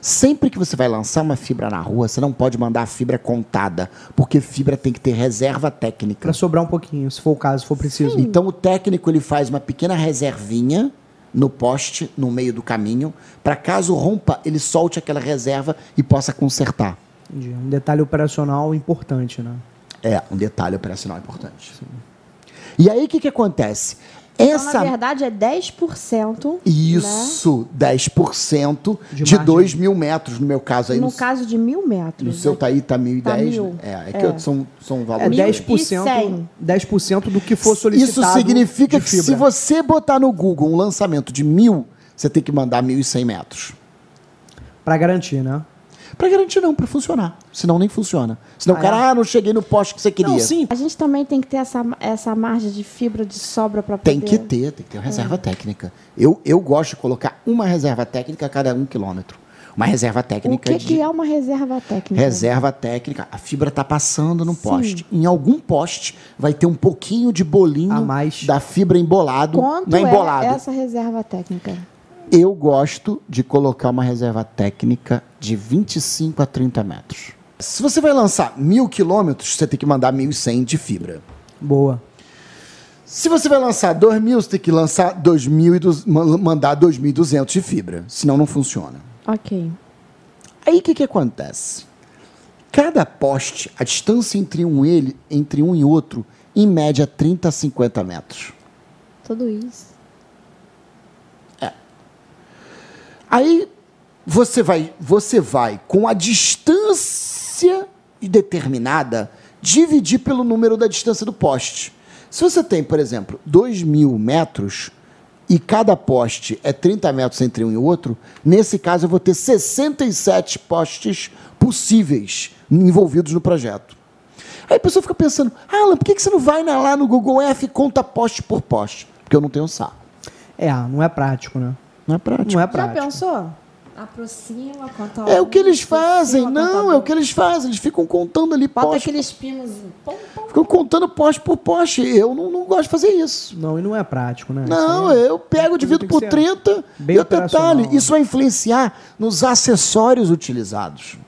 Sempre que você vai lançar uma fibra na rua, você não pode mandar a fibra contada, porque fibra tem que ter reserva técnica. Pra sobrar um pouquinho, se for o caso, se for preciso. Então o técnico ele faz uma pequena reservinha no poste, no meio do caminho, para caso rompa, ele solte aquela reserva e possa consertar. Entendi. Um detalhe operacional importante, né? É um detalhe operacional importante. E aí o que, que acontece? Essa Então, na verdade, é 10%. Né? isso, 10% De de margem. 2 mil metros, no meu caso aí. né? No s- caso de mil metros. é no seu né? tá aí, tá 1.010. Tá mil. né? É, é que eu- são, são É valores. Mil e 10%, cem. 10 do que for solicitado. Isso significa de que fibra. se você botar no Google um lançamento de mil, você tem que mandar 1.100 metros. Pra garantir, né? Pra garantir não, pra funcionar. Senão nem funciona. Senão o Ah, cara, é? ah, não cheguei no poste que você queria. Não, sim. A gente também tem que ter essa, essa margem de fibra de sobra para poder... Tem É. que ter, tem que ter uma reserva técnica. Eu, eu gosto de colocar uma reserva técnica a cada um quilômetro. Uma reserva O técnica que, de que é uma reserva técnica? reserva técnica. A fibra tá passando no Sim. poste. Em algum poste vai ter um pouquinho de bolinho A mais. da fibra embolado. Quanto não é embolado. é essa reserva técnica? Eu gosto de colocar uma reserva técnica de 25 a 30 metros. Se você vai lançar mil quilômetros, você tem que mandar 1.100 de fibra. Boa. Se você vai lançar 2.000, você tem que lançar 2.000 ma- mandar 2.200 de fibra, senão não funciona. Ok. Aí o que, que acontece? Cada poste, a distância entre um, ele, entre um e outro, em média 30 a 50 metros. Tudo isso. Aí você vai, você vai com a distância determinada dividir pelo número da distância do poste. Se você tem, por exemplo, 2 mil metros e cada poste é 30 metros entre um e outro, nesse caso eu vou ter 67 postes possíveis envolvidos no projeto. Aí a pessoa fica pensando, Alan, por que que você não vai na- lá no Google Earth e conta poste por poste? Porque eu não tenho saco. É, não é prático, né? Não é prático. Não é Já prático. pensou? Aproxima, conta É o que eles aproxima, fazem, conta não, é o que eles fazem. Eles ficam contando ali Bota poste. aqueles pinos. Pom, pom. Ficam contando poste por poste. Eu não, não gosto de fazer isso. Não, e não é prático, né? Não, Isso aí eu pego, divido tem que por ser 30 bem e o detalhe, operacional. né? isso vai influenciar nos acessórios utilizados.